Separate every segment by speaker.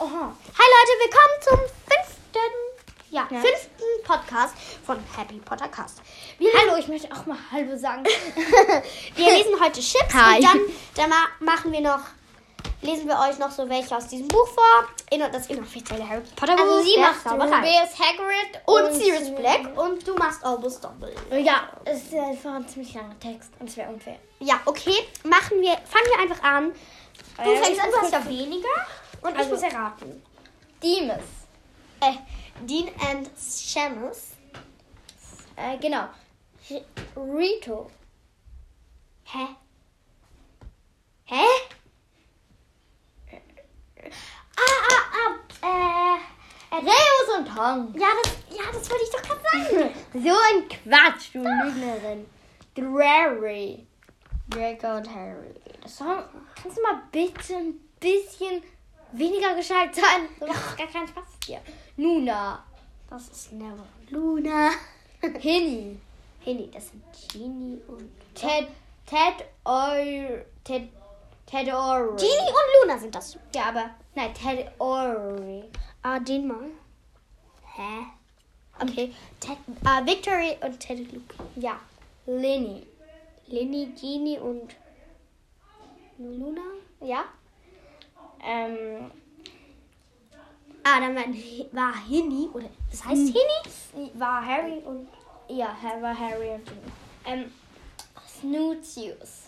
Speaker 1: Hi Leute, willkommen zum fünften, ja,
Speaker 2: Ja.
Speaker 1: fünften Podcast von Happy Potter Cast. Wir,
Speaker 2: Hallo, ich möchte auch mal Hallo sagen.
Speaker 1: wir lesen heute Chips
Speaker 2: Hi.
Speaker 1: und dann, dann ma- machen wir noch, lesen wir euch noch so welche aus diesem Buch vor. In, das inoffizielle Harry Potter Buch.
Speaker 2: Also sie
Speaker 1: der
Speaker 2: macht
Speaker 1: Zauberei.
Speaker 2: Rubeus Hagrid
Speaker 1: und, Sirius Black und du machst Albus Double.
Speaker 2: Ja, es ist einfach ein ziemlich langer Text und es wäre unfair.
Speaker 1: Ja, okay, machen wir, fangen wir einfach an. Du
Speaker 2: Äh,
Speaker 1: fängst
Speaker 2: ich
Speaker 1: an, du
Speaker 2: muss
Speaker 1: hast ja weniger und ich
Speaker 2: Also-
Speaker 1: muss erraten.
Speaker 2: Demis.
Speaker 1: Äh, Dean and Shamus.
Speaker 2: Äh, genau. R- Rito.
Speaker 1: Hä? Hä? Ah, ah, ah, äh, äh,
Speaker 2: Reus und Tom.
Speaker 1: ja, das, ja, das wollte ich doch gerade sagen.
Speaker 2: So ein Quatsch, du Lügnerin. Drarry. Draco und Harry. Das soll, kannst du mal bitte ein bisschen weniger gescheit sein? Du machst gar keinen Spaß hier. Luna.
Speaker 1: Das ist Neville. Luna.
Speaker 2: Hinny.
Speaker 1: Hini, das sind Genie und...
Speaker 2: Ted, Ted, Eul, Ted, Ted Ory.
Speaker 1: Genie und Luna sind das.
Speaker 2: Ja, aber, nein, Ted Ory.
Speaker 1: Ah, den mal. Hä? Okay, Ted, ah, Victory und Ted Luke.
Speaker 2: Ja, Lenny.
Speaker 1: Lenny, Genie und Luna?
Speaker 2: Ja? Ähm,
Speaker 1: Ah, dann war, war Hini, oder das heißt
Speaker 2: Hm.
Speaker 1: Hini?
Speaker 2: war Harry und, ja, Har- war Harry und Ginny. Ähm, Snootius.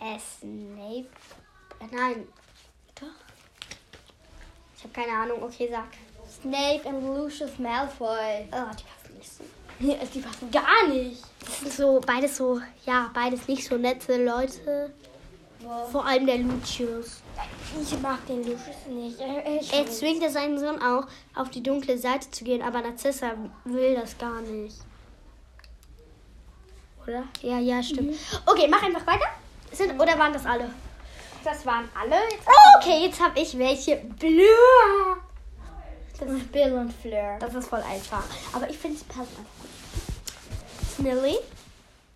Speaker 1: Äh, Snape. Äh, Nein. Doch. Ich habe keine Ahnung. Okay, sag.
Speaker 2: Snape und Lucius Malfoy.
Speaker 1: Oh, die passen nicht so.
Speaker 2: Ja, Die passen gar nicht.
Speaker 1: Das sind so, beides so, ja, beides nicht so nette Leute. Vor allem der Lucius.
Speaker 2: Ich mag den Lucius nicht. Er, er
Speaker 1: Er zwingt es seinen Sohn auch, auf die dunkle Seite zu gehen, aber Narzissa will das gar nicht. Oder? Ja, ja, stimmt. Okay, mach einfach weiter. Sind, oder waren das alle?
Speaker 2: das waren alle. Jetzt
Speaker 1: Oh, okay, jetzt habe ich welche. Blöd.
Speaker 2: das ist Bill und Fleur.
Speaker 1: Das ist voll einfach. Aber ich finde, sie passen einfach gut. Snilly.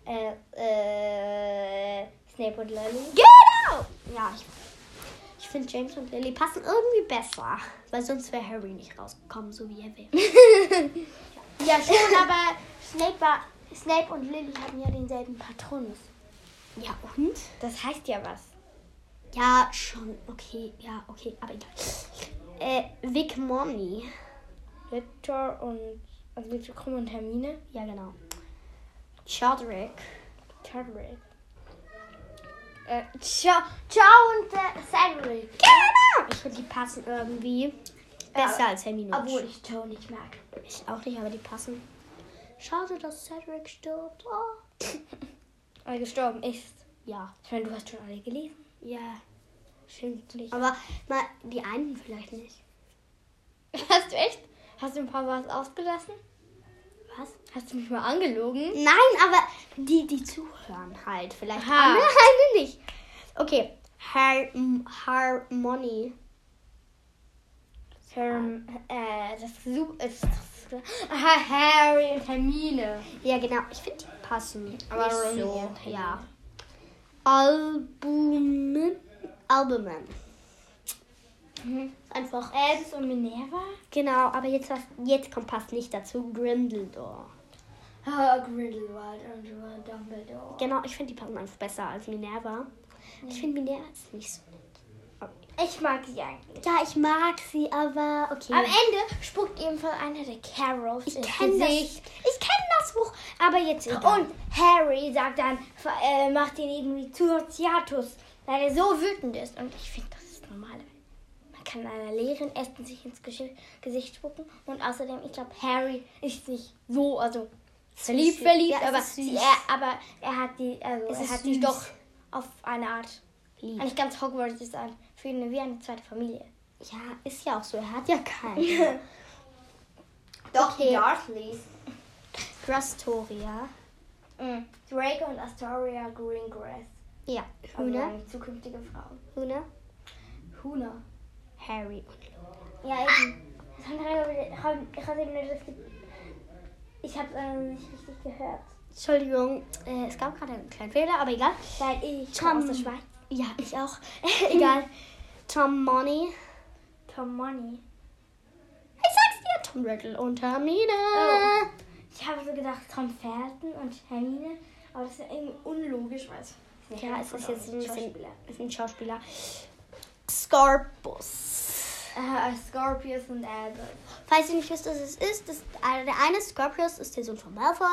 Speaker 2: Äh, äh, Snape und Lily.
Speaker 1: Genau! Ja, ich, ich finde, James und Lily passen irgendwie besser. Weil sonst wäre Harry nicht rausgekommen, so wie er will.
Speaker 2: Ja, schon, aber Snape, war, Snape und Lily hatten ja denselben Patronus.
Speaker 1: Ja, und?
Speaker 2: Das heißt ja was.
Speaker 1: Ja, schon. Okay, ja, okay. Aber egal. Äh, Vic Mommy.
Speaker 2: Victor und. Also Victor Krumm und Hermine.
Speaker 1: Ja, genau. Chadwick.
Speaker 2: Chadwick. Äh, Ciao, Ciao und äh, Cedric.
Speaker 1: Genau! Ich finde, die passen irgendwie besser
Speaker 2: aber-
Speaker 1: als Hermine. und
Speaker 2: Obwohl ich Joe nicht mag.
Speaker 1: Ich auch nicht, aber die passen. Schade, dass Cedric stirbt. Oh.
Speaker 2: Weil gestorben ist.
Speaker 1: Ja,
Speaker 2: Ich meine, du hast schon alle gelesen.
Speaker 1: ja.
Speaker 2: Schimpflich.
Speaker 1: Aber mal die einen vielleicht nicht.
Speaker 2: Hast du echt? Hast du ein paar was ausgelassen?
Speaker 1: Was?
Speaker 2: Hast du mich mal angelogen?
Speaker 1: Nein, aber die, die zuhören halt. Vielleicht
Speaker 2: Aha.
Speaker 1: alle, eine nicht. Okay. Har Harmony.
Speaker 2: Herm, äh, das ist super. Ist, Aha, Harry und Hermine.
Speaker 1: Ja, genau. Ich finde, die passen.
Speaker 2: Aber
Speaker 1: nicht
Speaker 2: Ron
Speaker 1: so.
Speaker 2: und Hermine.
Speaker 1: Ja. Albumen. Albumen.
Speaker 2: Mhm.
Speaker 1: Einfach. äh,
Speaker 2: Elvis und Minerva?
Speaker 1: Genau, aber jetzt, was, jetzt kommt passt nicht dazu. Grindeldor.
Speaker 2: Oh, Grindelwald und Dumbledore.
Speaker 1: Genau, ich finde die passen einfach besser als Minerva. Ich finde Minerva ist nicht so nett.
Speaker 2: Ich mag sie eigentlich.
Speaker 1: Ja, ich mag sie, aber okay.
Speaker 2: Am Ende spuckt ebenfalls einer der Carols
Speaker 1: ich
Speaker 2: ins
Speaker 1: kenne das.
Speaker 2: Gesicht.
Speaker 1: Ich kenne das Buch, aber jetzt egal.
Speaker 2: Und Harry sagt dann, ver- äh, macht ihn irgendwie zu Hortiatus, weil er so wütend ist. Und ich finde, das ist normal. Man kann einer Lehrerin erstens sich ins Gesch Gesicht spucken. Und außerdem, ich glaube, Harry ist nicht so, also verliebt,
Speaker 1: süß.
Speaker 2: verliebt,
Speaker 1: Ja, es
Speaker 2: aber,
Speaker 1: ist süß.
Speaker 2: sie, er, aber er hat die, also
Speaker 1: Es
Speaker 2: er
Speaker 1: ist
Speaker 2: hat die
Speaker 1: süß.
Speaker 2: doch auf eine Art.
Speaker 1: Lieb.
Speaker 2: Eigentlich ganz Hogwarts ist ein, für ihn wie eine zweite Familie.
Speaker 1: ja, ist ja auch so. Er hat ja keinen.
Speaker 2: Doch,
Speaker 1: Okay.
Speaker 2: die Dursleys.
Speaker 1: Grastoria.
Speaker 2: Mhm. Draco und Astoria Greengrass.
Speaker 1: Ja.
Speaker 2: Also
Speaker 1: Huna.
Speaker 2: seine zukünftige Frau.
Speaker 1: Huna.
Speaker 2: Huna.
Speaker 1: Harry und
Speaker 2: Ja, eben. Das haben wir gerade über- gerade eben nur das Ge Ich habe es äh, nicht richtig gehört.
Speaker 1: Entschuldigung, äh, es gab gerade einen kleinen Fehler, aber egal.
Speaker 2: Weil ich
Speaker 1: Tom.
Speaker 2: komme aus der Schweiz.
Speaker 1: Ja, ich auch. egal. Tom Money.
Speaker 2: Tom Money.
Speaker 1: Ich sag's dir, Tom Riddle und Hermine.
Speaker 2: Ich habe so gedacht, Tom Felton und Hermine. Aber das ist ja irgendwie unlogisch, weil es ist
Speaker 1: Ja,
Speaker 2: Harry
Speaker 1: es ist
Speaker 2: Potter
Speaker 1: jetzt
Speaker 2: und
Speaker 1: ein bisschen
Speaker 2: Schauspieler.
Speaker 1: ist ein Schauspieler. Scorpus.
Speaker 2: Äh, Scorpius und Albus.
Speaker 1: Falls ihr nicht wisst, was es ist, das, also der eine Scorpius ist der Sohn von Malfoy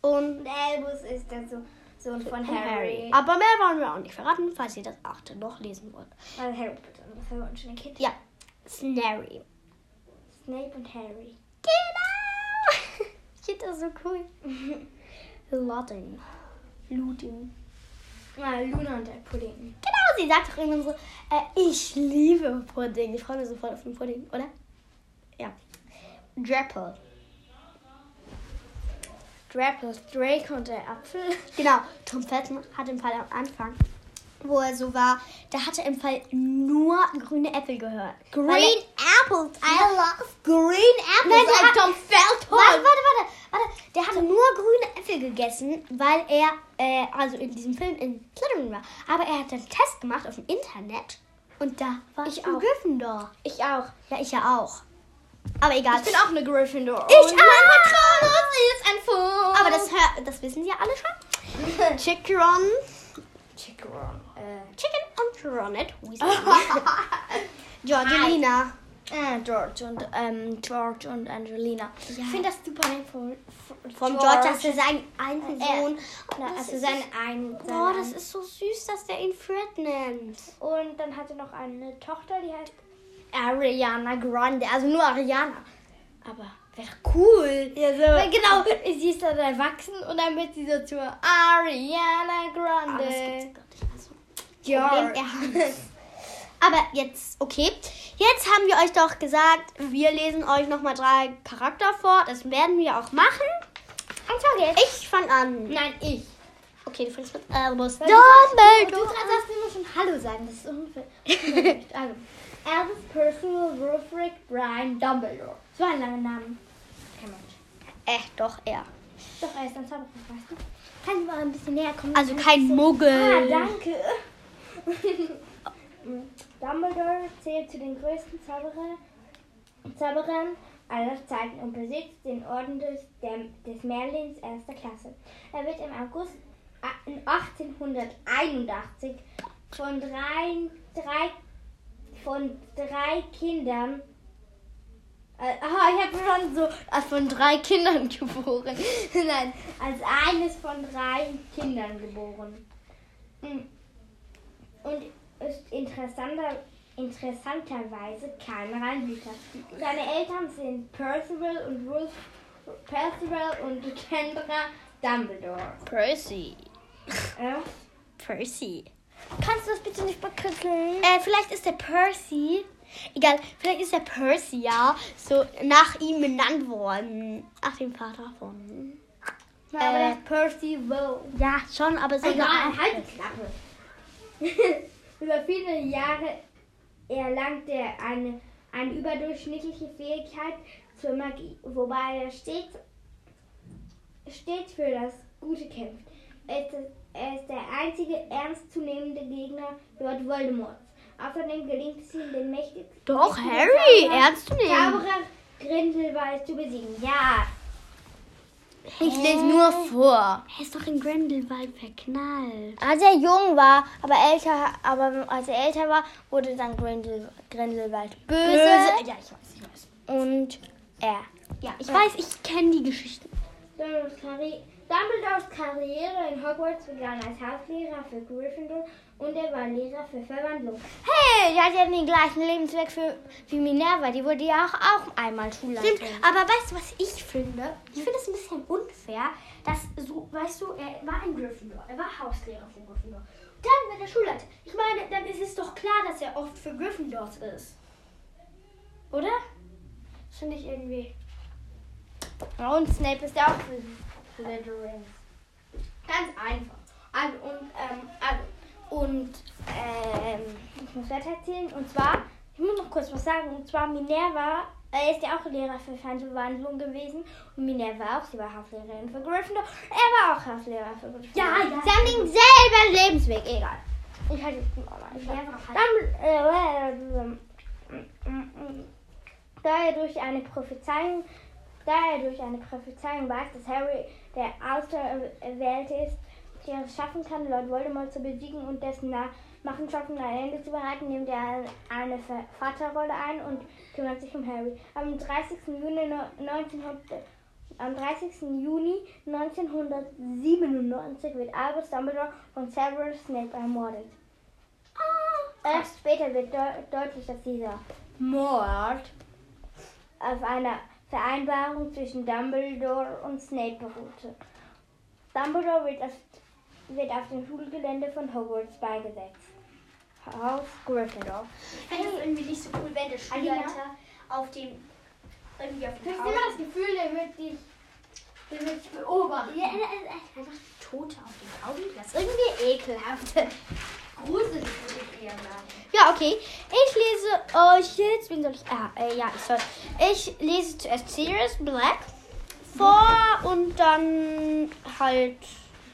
Speaker 1: und
Speaker 2: Und Albus ist der so Sohn von
Speaker 1: von
Speaker 2: Harry.
Speaker 1: Aber mehr wollen wir auch nicht verraten, falls ihr das achte noch lesen wollt.
Speaker 2: Also Harry Potter, das war uns schon ein Kind.
Speaker 1: Ja, Snary.
Speaker 2: Snape und Harry.
Speaker 1: Genau! ich finde das so cool. Looting. Looting.
Speaker 2: Ah, Luna und der Pudding.
Speaker 1: Genau, sie sagt doch irgendwann so, äh, ich liebe Pudding. Ich freue mich sofort auf den Pudding, oder? Ja. Drapple.
Speaker 2: Drapple, Drake und der Apfel.
Speaker 1: Genau, Tom Felton hat im Fall am Anfang, wo er so war, da hat er im Fall nur grüne Äpfel gehört. Weil er-
Speaker 2: Apples, I love
Speaker 1: Green
Speaker 2: Nein,
Speaker 1: Apples.
Speaker 2: der hat
Speaker 1: Nein,
Speaker 2: Tom Felton.
Speaker 1: warte, warte, warte, warte. Der hatte nur grüne Äpfel gegessen, weil er, äh, also in diesem Film in Slytherin war. Aber er hat einen Test gemacht auf dem Internet und da war
Speaker 2: Ich
Speaker 1: ich auch.
Speaker 2: auch.
Speaker 1: Gryffindor.
Speaker 2: Ich auch.
Speaker 1: Ja, ich ja auch. Aber egal.
Speaker 2: Ich bin auch eine Gryffindor.
Speaker 1: Ich
Speaker 2: Und
Speaker 1: auch.
Speaker 2: mein Patronus ist ein Fuchs.
Speaker 1: aber das, hör, das wissen ja alle schon. Chiron,
Speaker 2: Chicken. Äh.
Speaker 1: Chicken und Ronette Weasley. Georgelina.
Speaker 2: Äh, George und ähm, George und Angelina. Ich finde das super nett von, von
Speaker 1: Vom George, dass er seinen einzelnen
Speaker 2: Äh,
Speaker 1: Sohn.
Speaker 2: Na,
Speaker 1: das
Speaker 2: also
Speaker 1: ist-
Speaker 2: sein ein.
Speaker 1: Boah,
Speaker 2: sein
Speaker 1: das
Speaker 2: ein-
Speaker 1: ist so süß, dass der ihn Fred nennt.
Speaker 2: Und dann hat er noch eine Tochter, die heißt Ariana Grande. Also nur Ariana. Aber wäre cool.
Speaker 1: Ja, so.
Speaker 2: Weil genau, sie ist dann erwachsen und dann wird sie so zur Ariana
Speaker 1: Aber Ah, das
Speaker 2: Grande.
Speaker 1: gibt's gar nicht mehr so.
Speaker 2: George.
Speaker 1: Problem, er hat's. Aber jetzt, okay. Jetzt haben wir euch doch gesagt, wir lesen euch nochmal drei Charakter vor. Das werden wir auch machen. Ich fang an.
Speaker 2: Nein, ich.
Speaker 1: Okay, du fängst mit Albus.
Speaker 2: Weil du sagst-
Speaker 1: Dumbledore.
Speaker 2: Du kannst immer schon Hallo sagen, das ist unfair. also, Albus Percival Wolfric Brian Dumbledore. So ein langer Name. Kein Mensch.
Speaker 1: Äh, doch, er.
Speaker 2: Doch, er ist ein Zauberer, weißt du? Kannst du mal ein bisschen näher kommen?
Speaker 1: Also kein
Speaker 2: Ah,
Speaker 1: Muggel.
Speaker 2: danke. Dumbledore zählt zu den größten Zauberer, Zauberern aller Zeiten und besitzt den Orden des, der, des Merlins erster Klasse. Er wird im August a- 1881 von drei, drei, von drei Kindern äh, ah, ich habe schon so als von drei Kindern geboren. Nein, als eines von drei Kindern geboren. Mm. Und ist interessanter, interessanterweise kein Reinblüter. Seine Eltern sind Percival und Wolf, Percival und Kendra Dumbledore.
Speaker 1: Percy.
Speaker 2: Äh,
Speaker 1: Percy.
Speaker 2: kannst du das bitte nicht bekritzeln?
Speaker 1: Äh, vielleicht ist der Percy. Egal, vielleicht ist der Percy ja so nach ihm benannt worden. Nach dem Vater von.
Speaker 2: Ja, aber
Speaker 1: äh,
Speaker 2: das Percival.
Speaker 1: Ja, schon, aber so.
Speaker 2: Egal, halt die Klappe. Über viele Jahre erlangte er eine, eine überdurchschnittliche Fähigkeit zur Magie, wobei er stets, stets für das Gute kämpft. Er ist, er ist der einzige ernstzunehmende Gegner Lord Voldemorts. Außerdem gelingt es ihm, den mächtigsten
Speaker 1: Doch, Harry,
Speaker 2: Zauberer-
Speaker 1: ernst zu nehmen.
Speaker 2: Zauberer Grindelwald zu besiegen. Ja,
Speaker 1: Ich lese nur vor. Er ist doch in Grindelwald verknallt.
Speaker 2: Als er jung war, aber älter, aber als er älter war, wurde dann Grindel, Grindelwald böse,
Speaker 1: Ja, ich weiß, ich weiß.
Speaker 2: und er.
Speaker 1: Ja, ich weiß, ich kenne die Geschichten.
Speaker 2: Dumbledores, Karri Dumbledores Karriere in Hogwarts begann als Hauslehrer für Gryffindor und er war Lehrer für Verwandlung. Hey, der hat ja den gleichen Lebensweg für, wie Minerva, die wurde ja auch, auch einmal Schulleiterin.
Speaker 1: Stimmt, aber weißt du, was ich finde? Ich finde es ein bisschen unfair, dass so, weißt du, er war ein Gryffindor, er war Hauslehrer von Gryffindor. Dann wird er Schulleiter. Ich meine, dann ist es doch klar, dass er oft für Gryffindors ist. Oder? Das finde ich irgendwie.
Speaker 2: Und Snape ist ja auch für Slytherin. Ganz einfach. Also, und, ähm, also, und, ähm, ich muss weiter erzählen. Und zwar, ich muss noch kurz was sagen. Und zwar, Minerva äh, ist ja auch Lehrer für Verwandlung gewesen. Und Minerva auch, sie war Hauslehrerin für Gryffindor. Er war auch Hauslehrer für Gryffindor.
Speaker 1: Ja, ja.
Speaker 2: Sie haben denselben Lebensweg, egal.
Speaker 1: Ich hatte jetzt mal
Speaker 2: Ja, worauf hat-
Speaker 1: Dann, äh, äh, da er durch eine Prophezeiung, da er durch eine Prophezeiung weiß, dass Harry der Auserwählte ist, der es schaffen kann, Lord Voldemort zu besiegen und dessen Na- Machenschaften ein Ende zu bereiten, nimmt er eine- eine Ver- Vaterrolle ein und kümmert sich um Harry. Am 30. Juni, neun- 1900, am 30. Juni 1997 wird Albus Dumbledore von Severus Snape ermordet. Erst später wird deu- deutlich, dass dieser Mord auf einer Vereinbarung zwischen Dumbledore und Snape beruhte. Dumbledore wird auf, wird auf dem Schulgelände von Hogwarts beigesetzt. Haus Gryffindor.
Speaker 2: Ich fände es irgendwie nicht so cool, wenn der Schulleiter auf dem. irgendwie auf
Speaker 3: Du
Speaker 2: dem
Speaker 3: hast
Speaker 2: Haus.
Speaker 3: immer das Gefühl, der wird dich, der wird dich beobachten.
Speaker 2: Ja, äh, äh, einfach Tote auf dem Augenplatz. Irgendwie ekelhaft.
Speaker 3: Gruselig würde ich eher sagen.
Speaker 1: Ja, okay. Ich lese euch jetzt. Wen soll ich. Ah, äh, ja, ich soll. Ich lese zuerst Sirius Black vor und dann halt.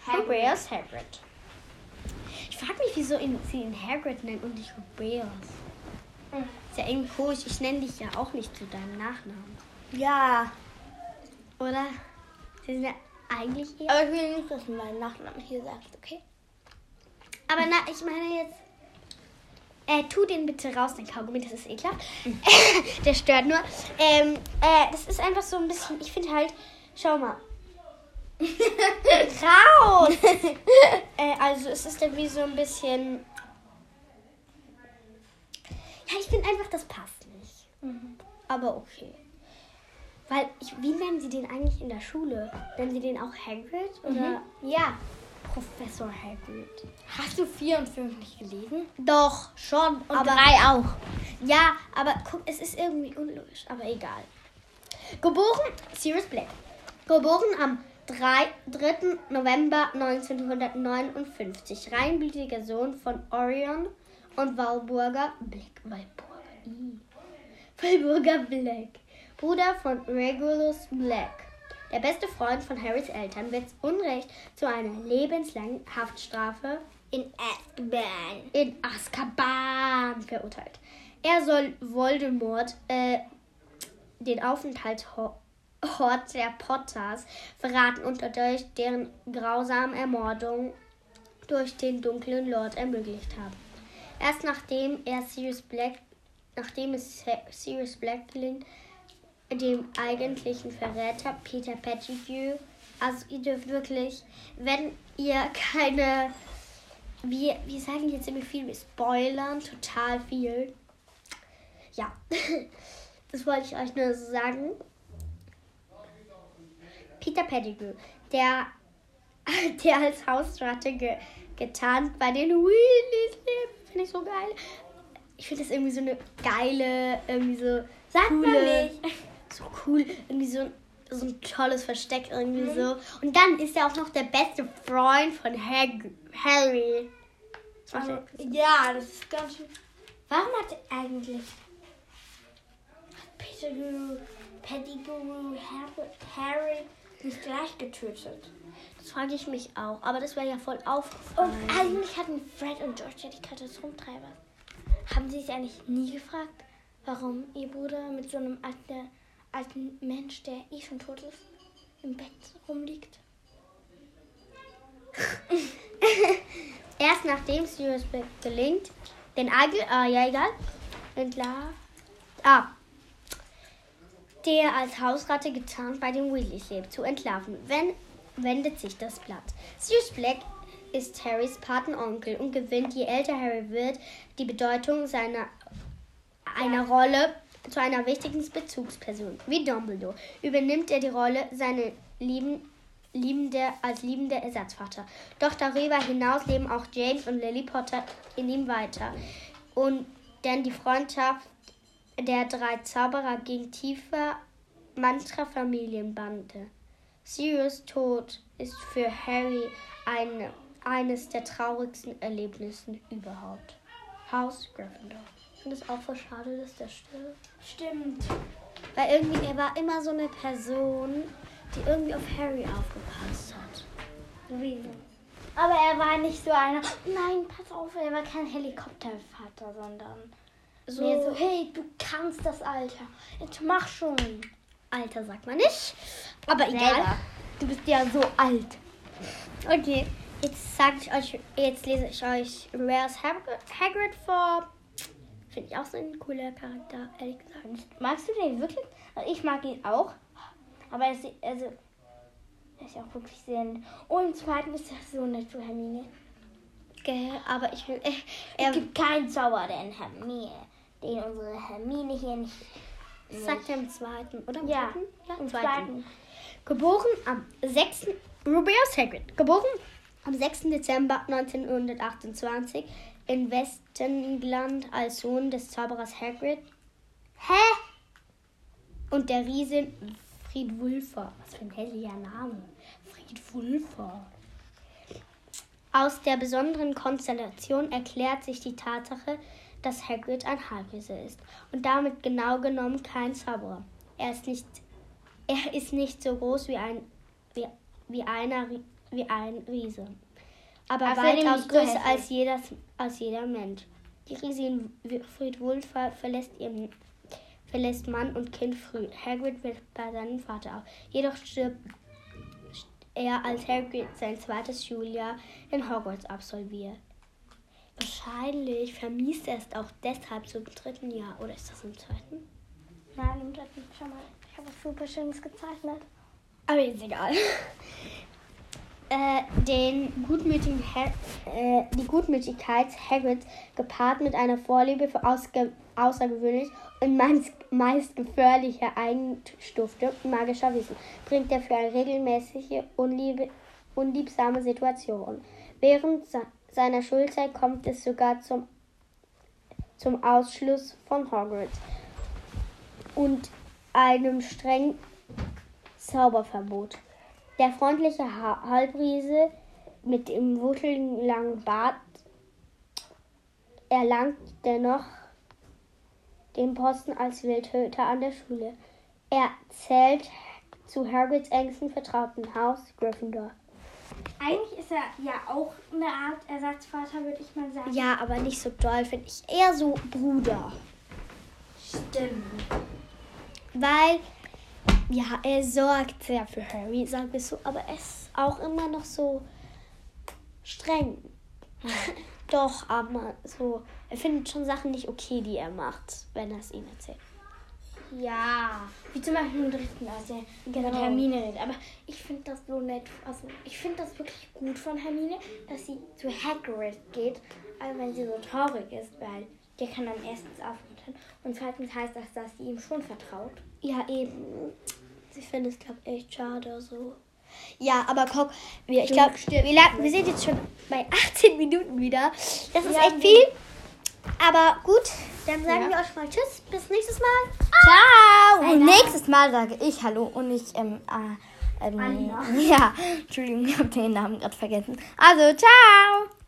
Speaker 1: Hubreas Hagrid. Ich frage mich, wieso ihn, sie ihn Hagrid nennen und nicht Hubreas. Ist ja irgendwie komisch. Ich nenne dich ja auch nicht zu deinem Nachnamen. Ja. Oder? Sie sind ja eigentlich eher. Aber ich will nicht, dass du meinen Nachnamen hier sagst, okay? Aber na, ich meine jetzt. Äh, tu den bitte raus, den Kaugummi, das ist ekelhaft. Der stört nur. Ähm, äh, das ist einfach so ein bisschen, ich finde halt, schau mal. raus! äh, also es ist dann wie so ein bisschen... Ja, ich finde einfach, das passt nicht.
Speaker 3: Mhm.
Speaker 1: Aber okay. Weil, ich, wie nennen sie den eigentlich in der Schule? Nennen sie den auch Hagrid? Oder
Speaker 3: Ja.
Speaker 1: Professor Hagrid?
Speaker 3: Mhm. Hast du 4 und 5 nicht gelesen?
Speaker 1: Doch, schon. Und aber, drei auch. Ja, aber guck, es ist irgendwie unlogisch, aber egal. Geboren, Sirius Black. Geboren am 3, 3. November 1959. Reinblütiger Sohn von Orion und Walburger Black. Walburger, i. Walburger Black. Bruder von Regulus Black. Der beste Freund von Harrys Eltern wird Unrecht zu einer lebenslangen Haftstrafe in Azkaban, in Azkaban verurteilt. Er soll Voldemort äh, den Aufenthaltsort der Potters verraten und dadurch deren grausame Ermordung durch den dunklen Lord ermöglicht haben. Erst nachdem er Sirius Black, nachdem es Sa- Sirius Black gelingt, dem eigentlichen Verräter Peter Pettigrew. Also ihr dürft wirklich, wenn ihr keine, wir, wir sagen jetzt ziemlich viel, wir spoilern total viel. Ja, das wollte ich euch nur so sagen. Peter Pettigrew, der, der als Hausratte ge, getarnt bei den Weasleys lebt, finde ich so geil. Ich finde das irgendwie so eine geile, irgendwie so
Speaker 2: Sagt man
Speaker 1: coole-
Speaker 2: nicht.
Speaker 1: so cool, irgendwie so ein, so ein tolles Versteck irgendwie so. Und dann ist er auch noch der beste Freund von Hag Harry. Das macht
Speaker 2: Also
Speaker 1: er-
Speaker 3: Ja, das ist ganz schön.
Speaker 2: Warum hat eigentlich Pettigrew, Pettigrew Harry, Harry nicht gleich getötet?
Speaker 1: Das frage ich mich auch, aber das wäre ja voll
Speaker 2: Und
Speaker 1: aufgefallen.
Speaker 2: eigentlich hatten Fred und George ja die Katastrophtreiber. Haben sie sich eigentlich nie gefragt, warum ihr Bruder mit so einem alten, alten Mensch, der eh schon tot ist, im Bett rumliegt?
Speaker 1: Erst nachdem Sirius Black gelingt, den Agel, ah ja egal, entlar, ah, der als Hausratte getarnt bei den Weasleys lebt, zu entlarven. Wenn wendet sich das Blatt. Sirius Black ist Harrys Patenonkel und gewinnt, je älter Harry wird, die Bedeutung seiner einer Rolle zu einer wichtigen Bezugsperson. Wie Dumbledore übernimmt er die Rolle seiner lieben, liebende, als liebender Ersatzvater. Doch darüber hinaus leben auch James und Lily Potter in ihm weiter. Und denn die Freundschaft der drei Zauberer ging tiefer Mantra-Familienbande. Sirius Tod ist für Harry eine, eines der traurigsten Erlebnissen überhaupt. Haus Gryffindor. Ich finde es auch voll schade, dass der stirbt.
Speaker 3: Stimmt.
Speaker 1: Weil irgendwie, er war immer so eine Person, die irgendwie auf Harry aufgepasst hat.
Speaker 2: Wie? Aber er war nicht so einer, nein, pass auf, er war kein Helikoptervater, sondern so, mehr so, hey, du kannst das, Alter. Jetzt mach schon.
Speaker 1: Alter sagt man nicht. Aber
Speaker 2: Selber.
Speaker 1: egal.
Speaker 2: Du bist ja so alt.
Speaker 1: Okay. Jetzt sag ich euch, jetzt lese ich euch Where's Hag- Hagrid vor. Finde ich auch so ein cooler Charakter, ehrlich gesagt.
Speaker 2: Magst du den wirklich? Also ich mag ihn auch. Aber er ist, also, er ist ja auch wirklich sehr nett. Und zweitens ist er so nett zu Hermine.
Speaker 1: Gell, aber ich will. Äh,
Speaker 2: Es
Speaker 1: er
Speaker 2: gibt keinen Zauber, den Hermine, den unsere Hermine hier nicht.
Speaker 1: sagt ja im zweiten, oder? Im
Speaker 2: Ja,
Speaker 1: zweiten? ja
Speaker 2: im zweiten.
Speaker 1: Geboren am 6. Rubeus Hagrid. Geboren am 6. Dezember 1928 in Westengland als Sohn des Zauberers Hagrid. Hä? Und der Riesin Friedwulfa. Was für ein hässlicher Name. Friedwulfa. Aus der besonderen Konstellation erklärt sich die Tatsache, dass Hagrid ein Halbriese ist und damit genau genommen kein Zauberer. Er ist nicht er ist nicht so groß wie ein, wie, wie, einer, Ri- wie ein Riese, aber
Speaker 2: Außerdem
Speaker 1: weitaus
Speaker 2: nicht so
Speaker 1: größer
Speaker 2: hässlich.
Speaker 1: als jeder, als jeder Mensch. Die Riesin Wilfried Wulf ver- verlässt, ihren, verlässt Mann und Kind früh. Hagrid wird bei seinem Vater auf. Jedoch stirbt er, als Hagrid sein zweites Schuljahr in Hogwarts absolviert. Wahrscheinlich vermisst er es auch deshalb zum dritten Jahr. Oder ist das im zweiten?
Speaker 2: Nein, im dritten. Schau mal, ich habe was super Schönes gezeichnet.
Speaker 1: Aber ist egal. Äh, den gutmütigen Ha- äh, die Gutmütigkeit Hagrids gepaart mit einer Vorliebe für ausge außergewöhnlich und meist, meist gefährliche Eigenstifte magischer Wissen bringt er für eine regelmäßige, unliebe, unliebsame Situation. Während se seiner Schulzeit kommt es sogar zum, zum Ausschluss von Hogwarts und einem streng Zauberverbot. Der freundliche ha Halbriese mit dem wuscheligen langen Bart erlangt dennoch den Posten als Wildhüter an der Schule. Er zählt zu Hagrids engsten vertrauten Haus Gryffindor.
Speaker 2: Eigentlich ist er ja auch eine Art Ersatzvater, würde ich mal sagen.
Speaker 1: Ja, aber nicht so doll, finde ich. Eher so Bruder.
Speaker 2: Stimmt.
Speaker 1: Weil, ja, er sorgt sehr für Harry, sagen wir so, aber er ist auch immer noch so streng. Doch, aber so, er findet schon Sachen nicht okay, die er macht, wenn er es ihm erzählt.
Speaker 2: Ja. Wie zum Beispiel im dritten, als er genau. mit Hermine redet. Aber ich finde das so nett. Also ich finde das wirklich gut von Hermine, dass sie zu Hagrid geht, also wenn sie so traurig ist, weil der kann dann erstens aufmuntern und zweitens heißt das, dass sie ihm schon vertraut.
Speaker 1: Ja, eben. Sie findet es, glaube ich, echt schade so. Ja, aber guck, wir, ich glaube, wir, la- wir sind jetzt schon bei 18 Minuten wieder. Das ist
Speaker 2: Ja,
Speaker 1: echt
Speaker 2: wir-
Speaker 1: viel. Aber gut, dann sagen
Speaker 2: Ja.
Speaker 1: wir euch mal Tschüss. Bis nächstes Mal.
Speaker 2: Ciao!
Speaker 4: Und nächstes Mal sage ich Hallo und nicht ähm,
Speaker 1: ah,
Speaker 4: äh, ähm,
Speaker 2: Alina.
Speaker 4: ja, Entschuldigung, ich habe den Namen gerade vergessen. Also, ciao!